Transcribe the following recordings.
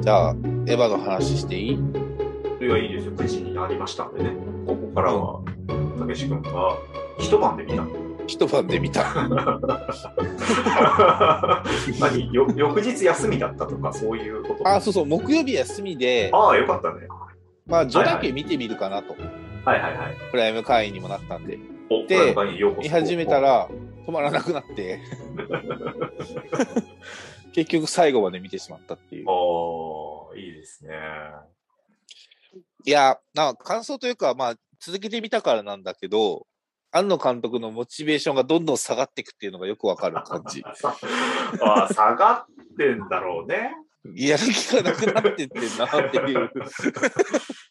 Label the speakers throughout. Speaker 1: じゃあ、エヴァの話していい
Speaker 2: それはいいですよ。9時になりましたんでね。ここからは、たけし君が一晩で見た。
Speaker 1: 一晩で見た。
Speaker 2: 何よ翌日休みだったとか、そういうこと。
Speaker 1: あ、そうそう、木曜日休みで、
Speaker 2: ああ、よかったね。
Speaker 1: まあ、ジョだけ見てみるかなと。
Speaker 2: はいはいはい。
Speaker 1: プライム会員にもなったんで。で
Speaker 2: おプライム会にようこそ
Speaker 1: 見始めた。ら、止まらなくな って、結局最後まで見てしまったっていう。
Speaker 2: ああ、いいですね。
Speaker 1: いや、な感想というか、まあ、続けてみたからなんだけど、庵野監督のモチベーションがどんどん下がっていくっていうのがよくわかる感 じ。
Speaker 2: ああ、下がってんだろうね。
Speaker 1: やる気がなくなってってんなっていう。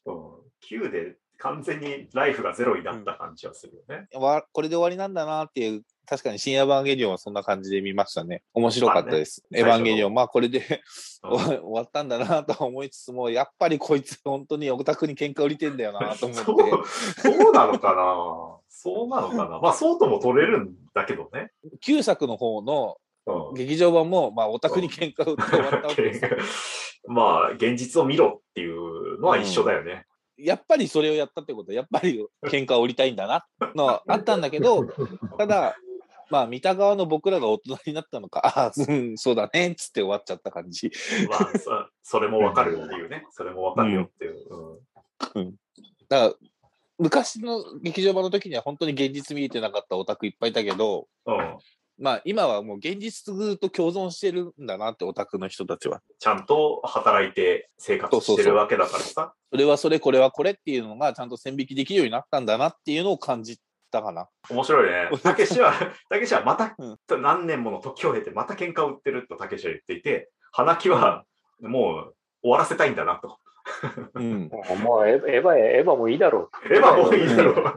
Speaker 2: うん、9で完全にライフがゼロになった感じはするよね。
Speaker 1: わこれで終わりなんだなっていう、確かに新エヴァンゲリオンはそんな感じで見ましたね。面白かったです。
Speaker 2: まあね
Speaker 1: エヴァンゲリオン、まあこれで
Speaker 2: うん
Speaker 1: 終わ終わったんだなとは思いつつも、やっぱりこいつ本当にオタクに喧嘩売りてんだよなと思って。
Speaker 2: そうそうなのかなそうなのかなまあ、そうとも取れるんだけどね。
Speaker 1: 旧作の方の
Speaker 2: うん
Speaker 1: 劇場版も、まあオタクに喧嘩売って終わったわけですよ。
Speaker 2: まあ、現実を見ろっていうのは一緒だよね。
Speaker 1: やっぱりそれをやったってことは、やっぱり喧嘩を売りたいんだなのはあったんだけど、ただ、まあ見た側の僕らが大人になったのか、ああ、うん、そうだね、っつって終わっちゃった感じ。
Speaker 2: まあそ、それもわかるっていうね。それもわかるよっていう。うん
Speaker 1: だから昔の劇場版の時には本当に現実見えてなかったオタクいっぱいいたけど、
Speaker 2: うん
Speaker 1: まあ今はもう現実と共存してるんだなってオタクの人たちは。
Speaker 2: ちゃんと働いて生活してるわけだからさ。
Speaker 1: それはそれ、これはこれっていうのがちゃんと線引きできるようになったんだなっていうのを感じたかな。
Speaker 2: 面白いね。たけ しは、たけしはまた
Speaker 1: うん
Speaker 2: 何年もの時を経てまた喧嘩を売ってるとたけしは言っていて、花木はもう終わらせたいんだなと。
Speaker 1: うん。
Speaker 3: もうエヴァエヴァ、エヴァもいいだろ
Speaker 2: エヴァもういいだろう。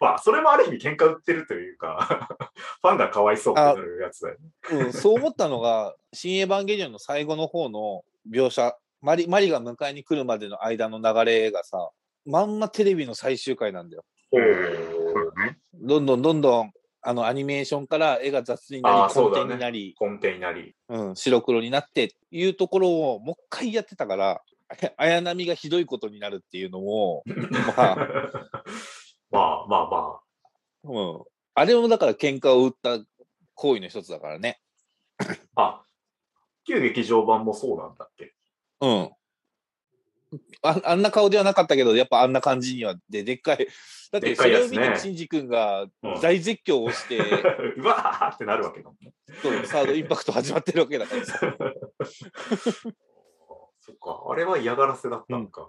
Speaker 2: まあ、それもある意味喧嘩売ってるというか、 ファンがかわいそうってなるやつだよね。
Speaker 1: うん、そう思ったのが、新エヴァンゲリオンの最後の方の描写、マリマリが迎えに来るまでの間の流れがさ、まんまテレビの最終回なんだよ。
Speaker 3: う。
Speaker 1: どんどんどんどん、あのアニメーションから絵が雑になり、
Speaker 2: あー
Speaker 1: コ
Speaker 2: そう
Speaker 1: ン
Speaker 2: だ
Speaker 1: テ
Speaker 2: ね
Speaker 1: になり、
Speaker 2: 根底になり。
Speaker 1: うん、白黒になってっていうところをもう一回やってたから、あ綾波がひどいことになるっていうのも、
Speaker 2: ま
Speaker 1: まあ、
Speaker 2: あまあま
Speaker 1: うん、あれもだから喧嘩を売った行為の一つだからね。
Speaker 2: あ。あ、旧劇場版もそうなんだっけ
Speaker 1: うん。ああんな顔ではなかったけど、やっぱあんな感じにはで、でっかい。 だっ
Speaker 2: で
Speaker 1: て
Speaker 2: っ
Speaker 1: そ
Speaker 2: かい
Speaker 1: れ
Speaker 2: や
Speaker 1: を
Speaker 2: つね
Speaker 1: 見て、シンジ君が
Speaker 2: うん
Speaker 1: 大絶叫をして、
Speaker 2: うわーってなるわけだもんね。
Speaker 1: そうサードインパクト始まってるわけだからさ。
Speaker 2: そっか、あれは嫌がらせだったのか。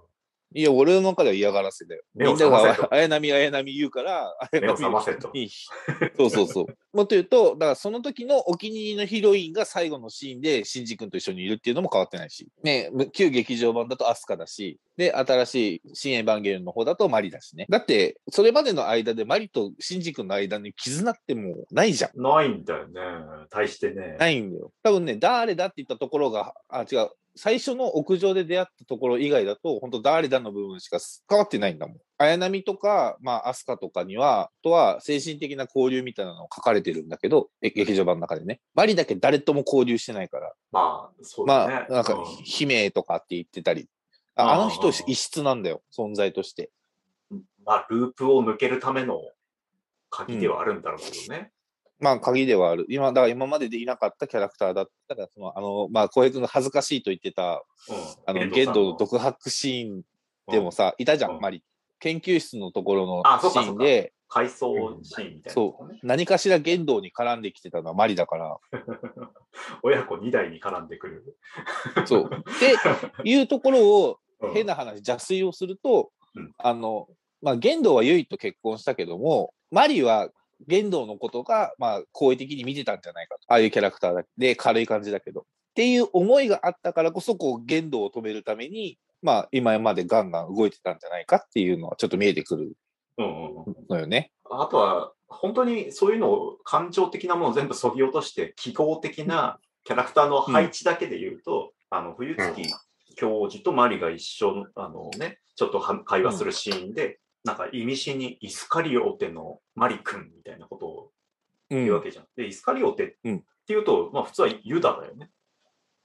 Speaker 1: いや、俺の中では嫌がらせだよ。
Speaker 2: 目
Speaker 1: み
Speaker 2: を
Speaker 1: んな
Speaker 2: 覚ませ
Speaker 1: が
Speaker 2: と。
Speaker 1: 綾波綾波言うから、
Speaker 2: 目を覚ませと。
Speaker 1: いいそうそうそう。もっと言うと、だからその時のお気に入りのヒロインが最後のシーンで、シンジ君と一緒にいるっていうのも変わってないし、ね、旧劇場版だとアスカだし、で、新しい新エヴァンゲリオンの方だとマリだしね。だって、それまでの間でマリとシンジ君の間に絆ってもうないじゃん。
Speaker 2: ないんだよね。対してね。
Speaker 1: ないんだよ。多分ね、誰だって言ったところが、あ、違う。最初の屋上で出会ったところ以外だと、本当誰だの部分しか変わってないんだもん。綾波とか、まあ、アスカとかには、とは精神的な交流みたいなのを書かれてるんだけど、え劇場版の中でね。マリだけ誰とも交流してないから、
Speaker 2: まあ、そう
Speaker 1: ま
Speaker 2: だ
Speaker 1: あ
Speaker 2: ね。、
Speaker 1: なんか
Speaker 2: う、
Speaker 1: 姫とかって言ってたり。ああの人
Speaker 2: あー
Speaker 1: 異質なんだよ、存在として。
Speaker 2: まあ、ループを抜けるための鍵ではあるんだろうけどね。
Speaker 1: まあ、鍵ではある。今、だから今まででいなかったキャラクターだったら、その、あの、まあ、浩平君が恥ずかしいと言ってた、
Speaker 2: うん。
Speaker 1: あの、
Speaker 2: 遠藤
Speaker 1: ゲ
Speaker 2: さ
Speaker 1: ン
Speaker 2: ん
Speaker 1: ドの独白シーンでも、さ、いたじゃ、
Speaker 2: うんん
Speaker 1: マリ。研究室のところ
Speaker 2: あ
Speaker 1: の
Speaker 2: そう
Speaker 1: シ
Speaker 2: か
Speaker 1: ーンで、
Speaker 2: 回想シーンみたいなの
Speaker 1: そ
Speaker 2: ね、
Speaker 1: う、何かしら言動に絡んできてたのはマリだから、
Speaker 2: 親子2代に絡んでくる。
Speaker 1: そう。っていうところを、
Speaker 2: うん
Speaker 1: 変な話、邪推をすると
Speaker 2: うん、
Speaker 1: あの、まあ、言動はユイと結婚したけども、マリは言動のことが、まあ、好意的に見てたんじゃないかと。ああいうキャラクターで、軽い感じだけど。っていう思いがあったからこそ、こう、言動を止めるために、まあ、今までガンガン動いてたんじゃないかっていうのは、ちょっと見えてくる
Speaker 2: うんうんうん
Speaker 1: のよね。
Speaker 2: あとは、本当にそういうのを感情的なものを全部そぎ落として、記号的なキャラクターの配置だけで言うと、あの冬月教授とマリが一緒の、あのね、ちょっとは会話するシーンで、なんか意味深にイスカリオテのマリ君みたいなことを
Speaker 1: う
Speaker 2: いうわ
Speaker 1: ん、
Speaker 2: けじゃん。で、イスカリオテ
Speaker 1: うん
Speaker 2: っていうと、まあ普通はユダだよね。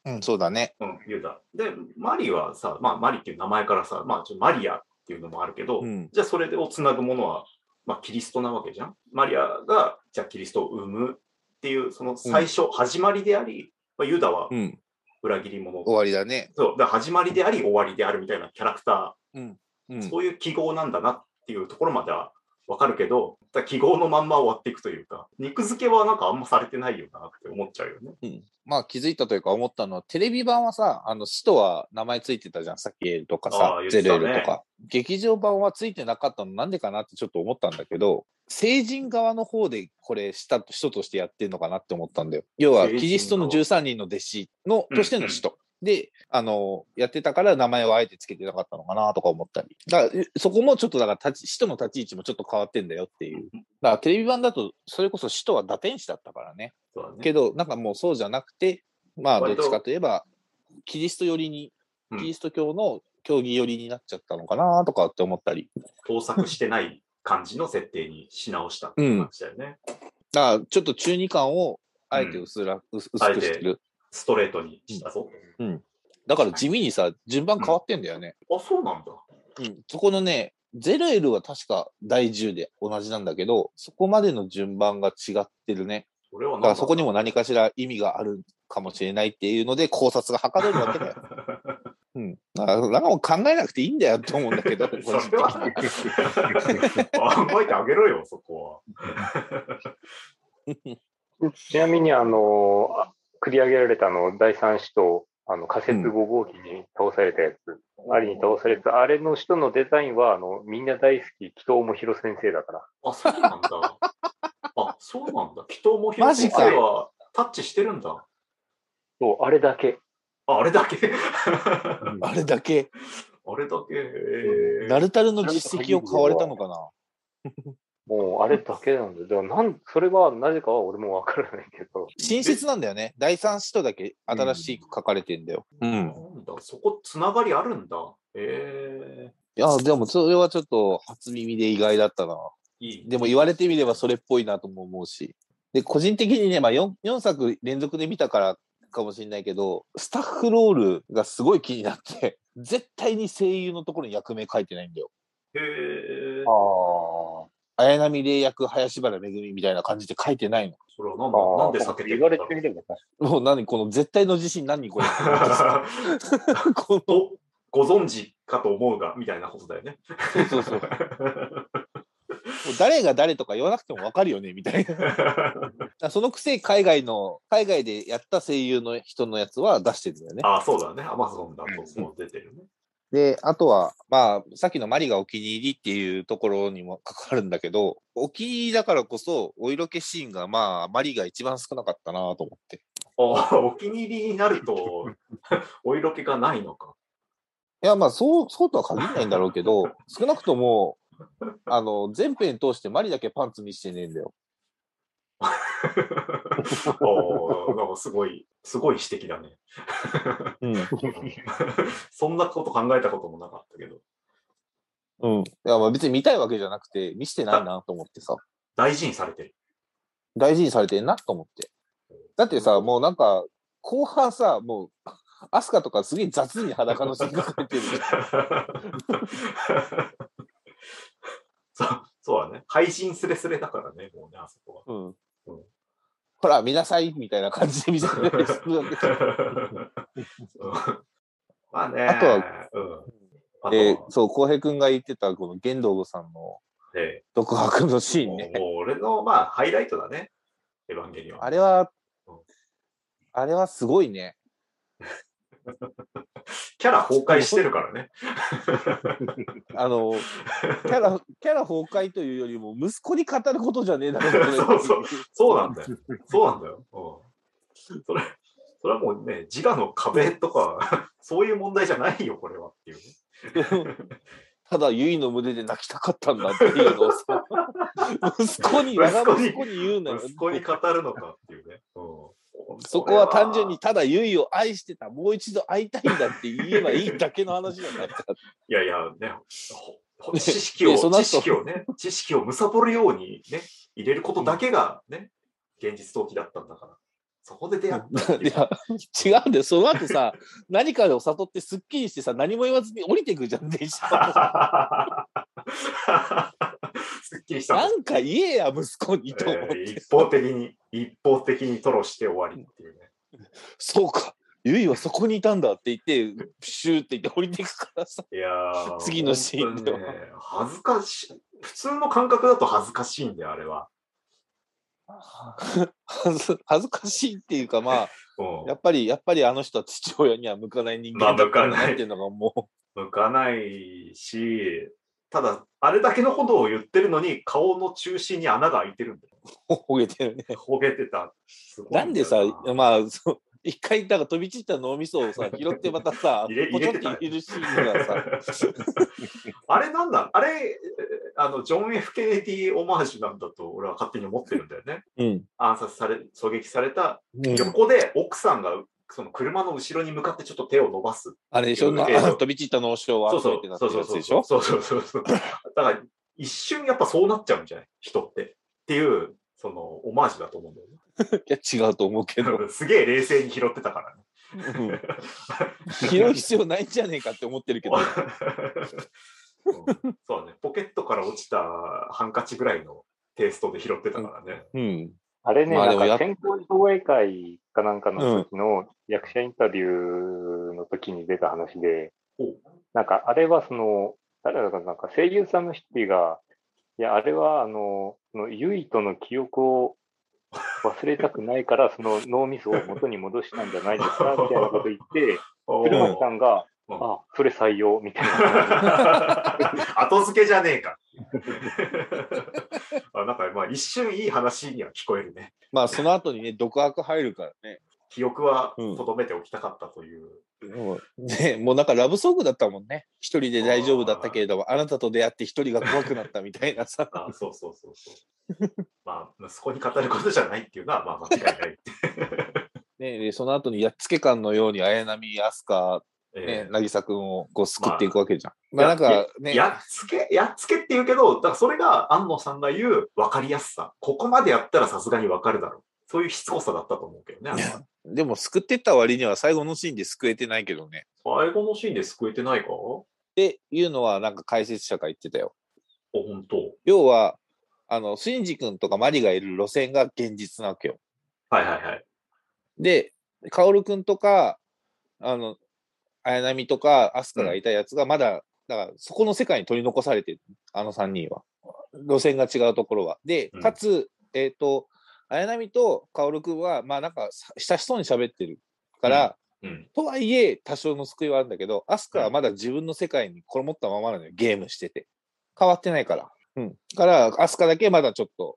Speaker 1: うん、そうだね。
Speaker 2: うん、ユダ。で、マリはさ、まあマリっていう名前からさ、まあちょマリアっていうのもあるけど、
Speaker 1: うん、
Speaker 2: じゃあそれをつなぐものは、まあキリストなわけじゃん。マリアが、じゃあキリストを生むっていう、その最初、始まりであり、まあ、ユダは
Speaker 1: うん、
Speaker 2: 裏切り者。
Speaker 1: 終わりだね。
Speaker 2: そう、だから始まりであり終わりであるみたいなキャラクター。
Speaker 1: うん、
Speaker 2: そういう記号なんだなっていうところまではわかるけど、だから記号のまんま終わっていくというか、肉付けはなんかあんまされてないよなって思っちゃうよね。
Speaker 1: うんまあ気づいたというか思ったのは、テレビ版はさ、あの、ストは名前ついてたじゃん、サキエルとか
Speaker 2: あ
Speaker 1: さ
Speaker 2: あ、言っ
Speaker 1: ゼ
Speaker 2: てた
Speaker 1: ル
Speaker 2: ね
Speaker 1: エルとか。劇場版はついてなかったのなんでかなってちょっと思ったんだけど、成人側の方でこれした人としてやってんのかなって思ったんだよ。要は、
Speaker 2: 成人側
Speaker 1: キリストの13人の弟子の、としての使徒。で、あの、やってたから名前をあえてつけてなかったのかなとか思ったり。だから、そこもちょっとだから立ち、使徒の立ち位置もちょっと変わってんだよっていう。だからテレビ版だと、それこそ使徒は打天使だったからね。
Speaker 2: そうだね
Speaker 1: けど、なんかもうそうじゃなくて、まあ、どっ
Speaker 2: 割と
Speaker 1: ちかといえば、キリスト寄りに、
Speaker 2: うん
Speaker 1: キリスト教の教義寄りになっちゃったのかなとかって思ったり。
Speaker 2: 盗作してない感じの設定にし直したって感じだよね。
Speaker 1: だから、ちょっと中二感を、あえて薄ら、う薄くしてる。
Speaker 2: ストレートにしたぞ。
Speaker 1: だから地味にさ、順番変わってんだよね。
Speaker 2: あ、そうなんだ。
Speaker 1: うん。そこのね、ゼルエルは確か第10で同じなんだけど、そこまでの順番が違ってるね。
Speaker 2: 俺は
Speaker 1: だ
Speaker 2: なん
Speaker 1: か
Speaker 2: だ
Speaker 1: らそこにも何かしら意味があるかもしれないっていうので考察がはかどるわけ だよ。うん。だからなんかもう考えなくていいんだよって思うんだ けど、個人
Speaker 2: そ
Speaker 1: 的
Speaker 2: れ
Speaker 1: に
Speaker 2: はあ覚えてあげろよ、そこ
Speaker 3: ちなみに、あの、あ繰り上げられたあの第3使徒、あの仮設5号機に倒されたやつ、
Speaker 2: は。
Speaker 3: ありに倒された、あれの使徒のデザインは、あの、みんな大好き、紀藤もひろ先生だから。
Speaker 2: あ、そうなんだ。 あ、そうなんだ。人も
Speaker 1: マ
Speaker 2: 広
Speaker 1: ジ
Speaker 2: 先
Speaker 1: か
Speaker 2: 生はタッチしてるんだ。
Speaker 3: そう、あれだけ。
Speaker 2: あ、あれだけ。
Speaker 1: あれだけ、
Speaker 2: あれだけ。えー
Speaker 1: ナルタルの実績を買われたのかな。
Speaker 3: もう、あれだけなんだよ。でもなん、それはなぜかは俺もわからないけど。
Speaker 1: 新設なんだよね。第三使徒だけ新しく書かれてんだよ。うん。
Speaker 2: なんだ、そこつながりあるんだ。え
Speaker 1: いや、でもそれはちょっと初耳で意外だったな。
Speaker 2: ー、いい。
Speaker 1: でも言われてみればそれっぽいなとも思うし。で、個人的にね、まあ 4, 4作連続で見たからかもしれないけど、スタッフロールがすごい気になって、 絶対に声優のところに役名書いてないんだよ。
Speaker 2: えー、
Speaker 3: ああ。
Speaker 1: 綾波霊役、林原めぐみみたいな感じで書いてないの。
Speaker 2: それはなんだ、なんで避けて
Speaker 3: 言
Speaker 2: る
Speaker 3: わ
Speaker 2: んだ
Speaker 3: れ
Speaker 2: ろ
Speaker 3: てみれば確
Speaker 1: もう何この絶対の自信何これ
Speaker 2: う。
Speaker 1: この
Speaker 2: と、ご存知かと思うが、みたいなことだよね。
Speaker 1: そうそうそうもう誰が誰とか言わなくても分かるよねみたいなあそのくせ海外の海外でやった声優の人のやつは出してるんだよね
Speaker 2: ああ、そうだね。アマゾンだと、そう出てるね。
Speaker 1: であとはまあさっきのマリがお気に入りっていうところにも関わるんだけどお気に入りだからこそお色気シーンがまあマリが一番少なかったなと思って
Speaker 2: ああ、お気に入りになると、 お色気がないのか。
Speaker 1: いやまあそうそうとは限らないんだろうけ ど少なくともあの全編通してマリだけパンツ見してねえんだよ
Speaker 2: ああ、なんかすごい、すごい指摘だね。
Speaker 1: うん
Speaker 2: そんなこと考えたこともなかったけど、
Speaker 1: うん。いや、まあ別に見たいわけじゃなくて、見してないなと思ってさ、
Speaker 2: 大事にされてる。
Speaker 1: 大事にされてんなと思って。だってさ、もうなんか、後半さ、もう、アスカとかすげえ雑に裸のシーンが入ってる。
Speaker 2: そうそうだね。配信すれすれだからね、もうね、あそ こ
Speaker 1: うん
Speaker 2: うん。
Speaker 1: ほら、見なさいみたいな感じで見せてたりす るわけじゃん
Speaker 2: は。うんまあね。
Speaker 1: あとは、
Speaker 2: うん。あとは
Speaker 1: で、そう、浩平君が言ってた、この玄道さんの
Speaker 2: え
Speaker 1: 独白のシ
Speaker 2: え
Speaker 1: ーン
Speaker 2: も
Speaker 1: ね
Speaker 2: う。もう俺の、まあ、ハイライトだね。エヴァンゲリオン。
Speaker 1: あれは
Speaker 2: うん、
Speaker 1: あれはすごいね。
Speaker 2: キャラ崩壊してるからね。
Speaker 1: あの、キャ ラ、キャラ崩壊というよりも、息子に語ることじゃねえだろこれってい
Speaker 2: そうそうそうなんだよ。そうなんだよ。うん。それ、それはもうね、自我の壁とか、 そういう問題じゃないよ、これはっていうね。
Speaker 1: ただ、ゆいの胸で泣きたかったんだっていうのを さ、息子に、我が息子に言うなよ。
Speaker 2: 息子に語るのかっていうね。うん、
Speaker 1: そこは単純に。ただゆいを愛してた、もう一度会いたいんだって言えばいいだけの話なんだって。
Speaker 2: いやいや、ね、ほほ知識を、
Speaker 1: ねその後
Speaker 2: 知識をね、知識を貪るようにね、入れることだけがね、現実逃避だったんだから。そこで出会ったって
Speaker 1: い
Speaker 2: いう
Speaker 1: や、違うんだよ。その後さ、何かを悟ってすっきりしてさ、何も言わずに降りてくじゃん、電 車。
Speaker 2: すっきりしたんで
Speaker 1: な
Speaker 2: す
Speaker 1: んか言えや、息子にと思っ
Speaker 2: えー
Speaker 1: て。
Speaker 2: 一方的に、一方的に吐露して終わりっていうね。
Speaker 1: そうか、ゆいはそこにいたんだって言って、プシューって言って降りてくからさ。
Speaker 2: いやー
Speaker 1: 次のシーンでは
Speaker 2: 本当にね恥ずかしい。普通の感覚だと恥ずかしいんだよ、あれは。
Speaker 1: 恥ず恥ずかしいっていうか、まあ、
Speaker 2: うん
Speaker 1: やっぱり、やっぱりあの人は父親には向かない人間だったんだなっていうのがも
Speaker 2: 向かないし、ただ、あれだけのことを言ってるのに、顔の中心に穴が開いてるんだよ。
Speaker 1: う、ほげてるね。
Speaker 2: ほげてた。すごいだ
Speaker 1: な
Speaker 2: よ
Speaker 1: んでさ、まあ、そう一回、だから飛び散った脳みそをさ、 拾ってまたさ、
Speaker 2: 入れ
Speaker 1: ポチョ
Speaker 2: 入れてた
Speaker 1: って入れるシーンがさ、
Speaker 2: あれなんなんあれ、えーあの、ジョン・ F ・ケネディオマージュなんだと、俺は勝手に思ってるんだよね。
Speaker 1: うん。
Speaker 2: 暗殺され、狙撃された
Speaker 1: うん
Speaker 2: 横で、奥さんが、その車の後ろに向かってちょっと手を伸ばす。
Speaker 1: あれでしょ、
Speaker 2: え
Speaker 1: な
Speaker 2: ー
Speaker 1: 飛び散った脳症は
Speaker 2: そうそう
Speaker 1: ってなって
Speaker 2: そ
Speaker 1: る
Speaker 2: う
Speaker 1: やつ
Speaker 2: そう
Speaker 1: でし
Speaker 2: そう
Speaker 1: ょ
Speaker 2: そうそうそうそう。だから一瞬やっぱそうなっちゃうんじゃない人って。っていう、そのオマージュだと思うんだよ
Speaker 1: いや、違うと思うけど、
Speaker 2: ね。すげえ冷静に拾ってたからね。
Speaker 1: うん拾う必要ないん じゃねえかって思ってるけど、
Speaker 2: うんそうだね。ポケットから落ちたハンカチぐらいのテイストで拾ってたからね。
Speaker 1: うん。
Speaker 3: あれね、
Speaker 1: まあ
Speaker 3: な
Speaker 1: で
Speaker 3: ん
Speaker 1: もや
Speaker 3: か
Speaker 1: っ
Speaker 3: 先行上映会かなんかの時の役者インタビューの時に出た話で、
Speaker 2: ほう
Speaker 3: なんかあれはその、誰だかなんか声優さんのシティが、いや、あれはあの、そのユイとの記憶を忘れたくない から、その脳みそを元に戻したんじゃないですか、みたいなこと言って、
Speaker 2: お
Speaker 3: 古
Speaker 2: ー
Speaker 3: 橋さんが、
Speaker 2: うん
Speaker 3: あ、それ採用、みたいな。
Speaker 2: 後付けじゃねえ か。あなんかまあ一瞬いい話には聞こえるね。
Speaker 1: まあ、その後にね、毒悪入るからね。
Speaker 2: 記憶は
Speaker 1: うん
Speaker 2: 留めておきたかったという。
Speaker 1: もうね、もうなんかラブソングだったもんね。一人で大丈夫だったけれども、あなたと出会って一人が怖くなったみたいなさ。
Speaker 2: あそうそうそうそう。まあ、息子に語ることじゃないっていうのは、まあ、間違 いない。
Speaker 1: ね、でその後にやっつけ感のように綾波、飛鳥、ね
Speaker 2: え、ー
Speaker 1: 渚君をこう救っていくわけじゃん。まあ、な
Speaker 2: や
Speaker 1: んかね、
Speaker 2: やっつけ、やっつけって言うけど、だからそれが安野さんが言う分かりやすさ。ここまでやったらさすがに分かるだろう。そういうしつこさだったと思うけどね。あれは
Speaker 1: でも救ってった割には最後のシーンで救えてないけどね。
Speaker 2: 最後のシーンで救えてないかお、
Speaker 1: っていうのはなんか解説者が言ってたよ。
Speaker 2: 本当。
Speaker 1: 要は、あの、シンジ君とかマリがいる路線が現実なわけよ。
Speaker 2: はいはいはい。
Speaker 1: で、カオル君とか、あの、綾波とか、アスカがいたやつがまだ、だからそこの世界に取り残されてる、あの3人は。路線が違うところは。で
Speaker 2: うん、
Speaker 1: かつ、えっ、と、綾波とカオル君は、まあなんか、さ親しそうに喋ってるから、
Speaker 2: うん。
Speaker 1: とはいえ、多少の救いはあるんだけど、アスカはまだ自分の世界にこれ持ったままなのよ、ゲームしてて。変わってないから。うん。から、アスカだけまだちょっと、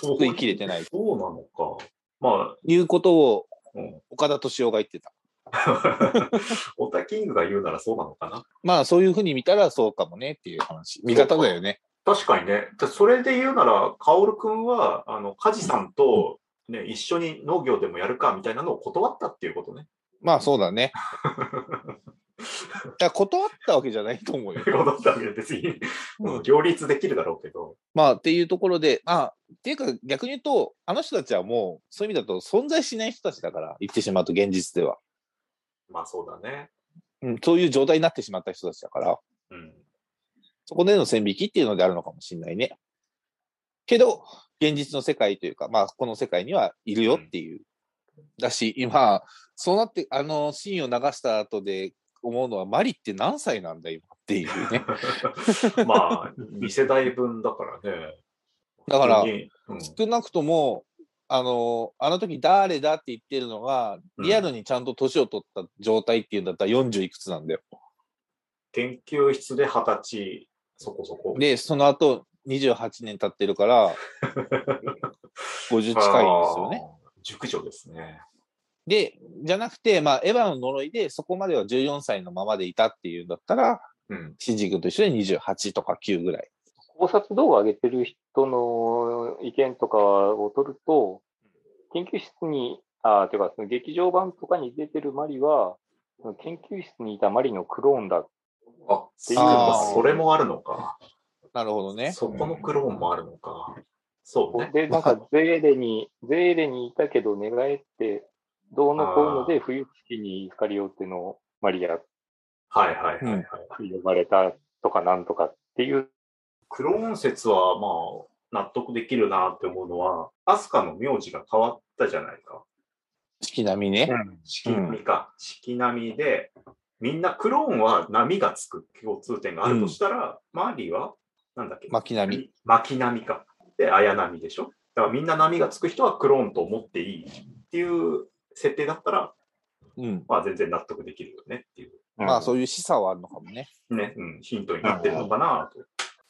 Speaker 2: そう
Speaker 1: 食い切れてない
Speaker 2: そうなのか。まあ、
Speaker 1: いうことを、
Speaker 2: うん、
Speaker 1: 岡田敏夫が言ってた。
Speaker 2: オタキングが言うならそうなのかな。
Speaker 1: まあ、そういうふうに見たらそうかもねっていう話。見方だよね。
Speaker 2: 確かにね。だそれで言うなら、カオルくんは、あの、カジさんと、ね、一緒に農業でもやるか、みたいなのを断ったっていうことね。
Speaker 1: まあ、そうだね。だから断ったわけじゃないと思うよ。
Speaker 2: 断ったわけで別に、
Speaker 1: うん
Speaker 2: 両立できるだろうけど。
Speaker 1: まあ、っていうところで、まあ、っていうか逆に言うと、あの人たちはもう、そういう意味だと存在しない人たちだから、言ってしまうと現実では。
Speaker 2: まあそうだね。
Speaker 1: うん、そういう状態になってしまった人たちだから。
Speaker 2: うん。
Speaker 1: そこでの線引きっていうのであるのかもしれないね。けど、現実の世界というか、まあ、この世界にはいるよっていう。だし、今、そうなって、あのシーンを流した後で思うのは、マリって何歳なんだ、今っていう ね。
Speaker 2: まあ、2世代分だからね。
Speaker 1: だから
Speaker 2: 普通にうん
Speaker 1: 少なくとも、あの、あの時誰だって言ってるのが、リアルにちゃんと年を取った状態っていうんだったら40いくつなんだよ。
Speaker 2: 研究室で二十歳そこそこ。
Speaker 1: で、その後、28年経ってるから、50近いんですよね。
Speaker 2: あー。熟女ですね。
Speaker 1: で、じゃなくて、まあ、エヴァの呪いで、そこまでは14歳のままでいたっていうんだったら、
Speaker 2: うん。
Speaker 1: シンジ君と一緒で28とか9ぐらい。
Speaker 3: 考察動画上げてる人の意見とかを取ると、研究室に、あというか、その劇場版とかに出てるマリは、その研究室にいたマリのクローンだ。
Speaker 2: あ、っていう
Speaker 1: あー
Speaker 2: か、それもあるのか。
Speaker 1: なるほどね。
Speaker 2: そこのクローンもあるのか。そうね。
Speaker 3: で、な んかゼーレに、ゼーレにいたけど、寝返って、どうのこうので、冬月にイカリオってのをマリア
Speaker 2: はいはいはい、はい
Speaker 3: 呼ばれたとかなんとかっていう、
Speaker 2: クローン説はまあ、納得できるなって思うのは、アスカの名字が変わったじゃないか。
Speaker 1: 四季並みね。
Speaker 2: 四季波か。四季波で、みんなクローンは波がつく共通点があるとしたら、マーリーは、なんだっけ
Speaker 1: 巻き並み。
Speaker 2: 巻き波か。で、綾波でしょ。だからみんな波がつく人はクローンと思っていいっていう設定だったら、
Speaker 1: うん。
Speaker 2: まあ全然納得できるよねってい
Speaker 1: まあ、そういう示唆はあるのかもね。
Speaker 2: う、ね、うん、ヒントになってるのかなと。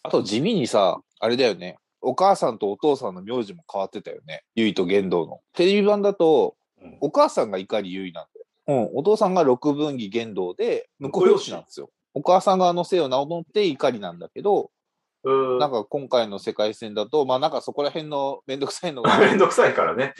Speaker 1: あと、地味にさ、あれだよね。お母さんとお父さんの名字も変わってたよね。ゆいと玄道の。テレビ版だと、
Speaker 2: うん
Speaker 1: お母さんが怒りゆいなんだよ。うん。お父さんが六分岐玄道で、婿養子なんですよ。お母さん側の姓を名乗って怒りなんだけど、
Speaker 2: う
Speaker 1: なん
Speaker 2: ん
Speaker 1: か今回の世界戦だと、まあなんかそこら辺のめんどくさいのが、
Speaker 2: めん どくさいからね。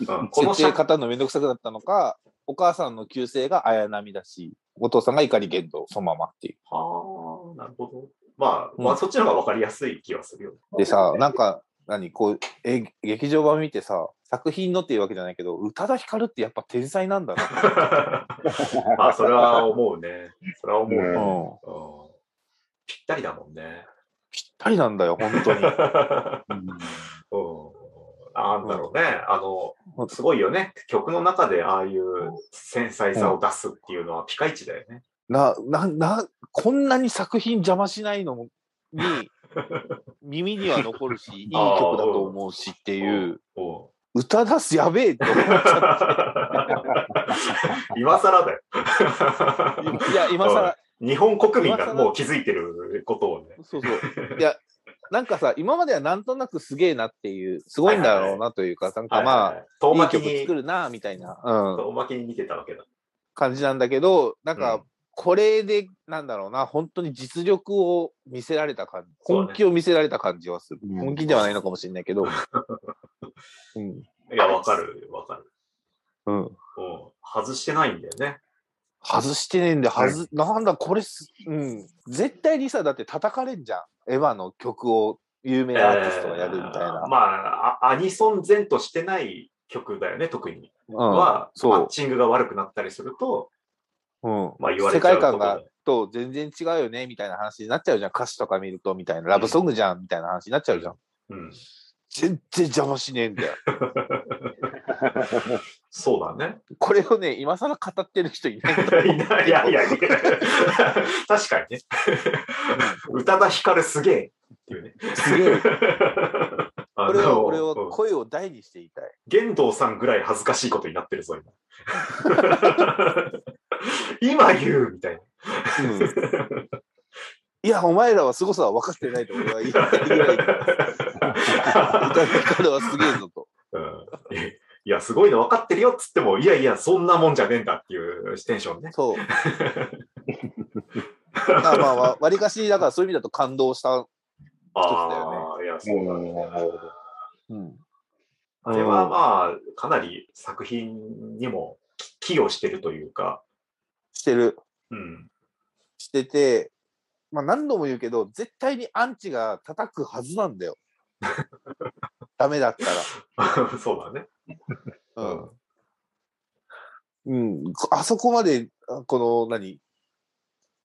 Speaker 2: うんこ の
Speaker 1: 設定
Speaker 2: 社
Speaker 1: 方のめんどくさくなったのか、お母さんの旧姓が綾波だし、お父さんが怒り言動、そのままってい
Speaker 2: はあ、なるほど。まあ、
Speaker 1: うん
Speaker 2: まあ、そっちの方が分かりやすい気はするよ。
Speaker 1: う。でさ、なんか、何こう、え、劇場版見てさ、作品のっていうわけじゃないけど、宇多田ヒカルってやっぱ天才なんだな。
Speaker 2: まあ、それは思うね。それは思う。
Speaker 3: う ん
Speaker 1: うん。
Speaker 2: うんぴったりだもんね。
Speaker 1: ぴったりなんだよ、本当に。
Speaker 2: うんなんだろうね。あの、すごいよね。曲の中でああいう繊細さを出すっていうのはピカイチだよね。
Speaker 1: な、な、な、こんなに作品邪魔しないのに、 耳には残るし、いい曲だと思うしっていう、
Speaker 2: うん
Speaker 1: 歌出すやべえって思っちゃった。
Speaker 2: 今更だよ。
Speaker 1: い や、今更、
Speaker 2: 日本国民がもう気づいてることをね。
Speaker 1: そうそう。いや、なんかさ、今まではなんとなくすげえなっていう、すごいんだろうなというか、なんか
Speaker 2: はい
Speaker 1: ま
Speaker 2: はいはい
Speaker 1: あ、
Speaker 2: 遠
Speaker 1: いい
Speaker 2: 巻き
Speaker 1: 曲
Speaker 2: に
Speaker 1: 作、るな、みたいな、うん、
Speaker 2: 遠巻きに見てたわけだ。
Speaker 1: 感じなんだけど、なん
Speaker 2: うん
Speaker 1: か、これで、なんだろうな、本当に実力を見せられた感じ、
Speaker 2: そうね
Speaker 1: 本気を見せられた感じはする。
Speaker 3: うん
Speaker 1: 本気ではないのかもしれない けど。うん。
Speaker 2: いや、わかる、わかる。
Speaker 1: うん。
Speaker 2: うん外してないんだよね。
Speaker 1: 外してねえんで、はず、なんだ、これす、うん。絶対にさ、だって叩かれんじゃん。エヴァの曲を有名なアーティストがやるみたい
Speaker 2: えー
Speaker 1: な。
Speaker 2: まああ、アニソン前としてない曲だよね、特に。
Speaker 1: うん。
Speaker 2: は、
Speaker 1: そう
Speaker 2: マッチングが悪くなったりすると、
Speaker 1: うん
Speaker 2: まあ言わ
Speaker 1: 世
Speaker 2: れちゃう
Speaker 1: 界
Speaker 2: と
Speaker 1: 観
Speaker 2: こ
Speaker 1: がと全然違うよねみたいな話になっちゃうじゃん歌詞とか見るとみたいなラブソングじゃんみたいな話になっちゃうじゃん
Speaker 2: うん、
Speaker 1: 全然邪魔しねえんだよ
Speaker 2: そうだね。
Speaker 1: これをね今更語ってる人いないと思う
Speaker 2: いないいやいや、いや確かにね。宇多田ヒカルすげえっていうね。
Speaker 1: すげえ
Speaker 2: あ
Speaker 1: これは
Speaker 2: の
Speaker 1: 俺は
Speaker 2: うん
Speaker 1: 声を大にして言いたい
Speaker 2: 玄道さんぐらい恥ずかしいことになってるぞ、 今。今言うみたいな。
Speaker 1: いやお前らは凄さは分かってないと俺は言いたいぐらい歌の力はすげえぞと
Speaker 2: うんいや、すごいの分かってるよっつっても、いやいや、そんなもんじゃねえんだっていうテンションね。
Speaker 1: そうまあまあまあわりかしだからそういう意味だと感動した、つだ
Speaker 2: あ
Speaker 1: よ
Speaker 2: あ、いや、そうなんだね。
Speaker 1: うん、
Speaker 2: あれはまあ、かなり作品にも寄与してるというか、
Speaker 1: してる
Speaker 2: うん、
Speaker 1: してて、まあ、何度も言うけど、絶対にアンチが叩くはずなんだ よ。ダメだった
Speaker 2: そうだね。
Speaker 1: ら。うん。うん、あそこまで、あこの、何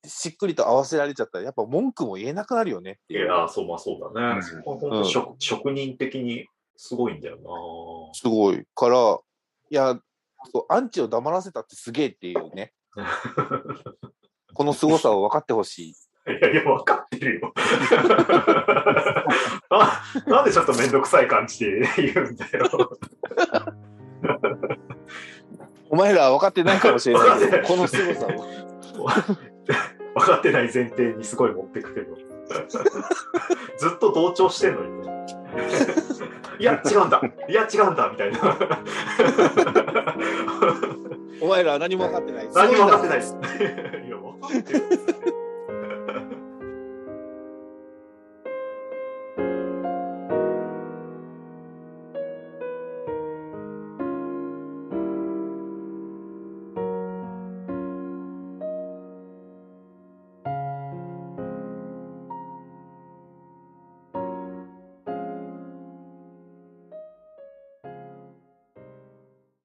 Speaker 1: しっくりと合わせられちゃったら、やっぱ文句も言えなくなるよねって
Speaker 2: い
Speaker 1: いう。
Speaker 2: や、そう、まあそうだ
Speaker 3: う
Speaker 2: ね。
Speaker 3: ん
Speaker 2: そこは本当職職人的にすごいんだよ
Speaker 1: すごい。から、いや、そうアンチを黙らせたってすげえっていう ね。この凄さを分かってほしい。
Speaker 2: な。い やいや、分かってるよ。 あなんでちょっとめんどくさい感じで言うんだよ。
Speaker 1: お前らは分かってないかもしれないけ ど、この凄さを。
Speaker 2: 分かってない前提にすごい持ってくけど。 ずっと同調してんのにね。 いや、違うんだ。いや、違うんだ。みたいな。
Speaker 1: お前らは何も分かってない。
Speaker 2: 何も分かって
Speaker 1: い。
Speaker 2: ないです。いや、分かってる。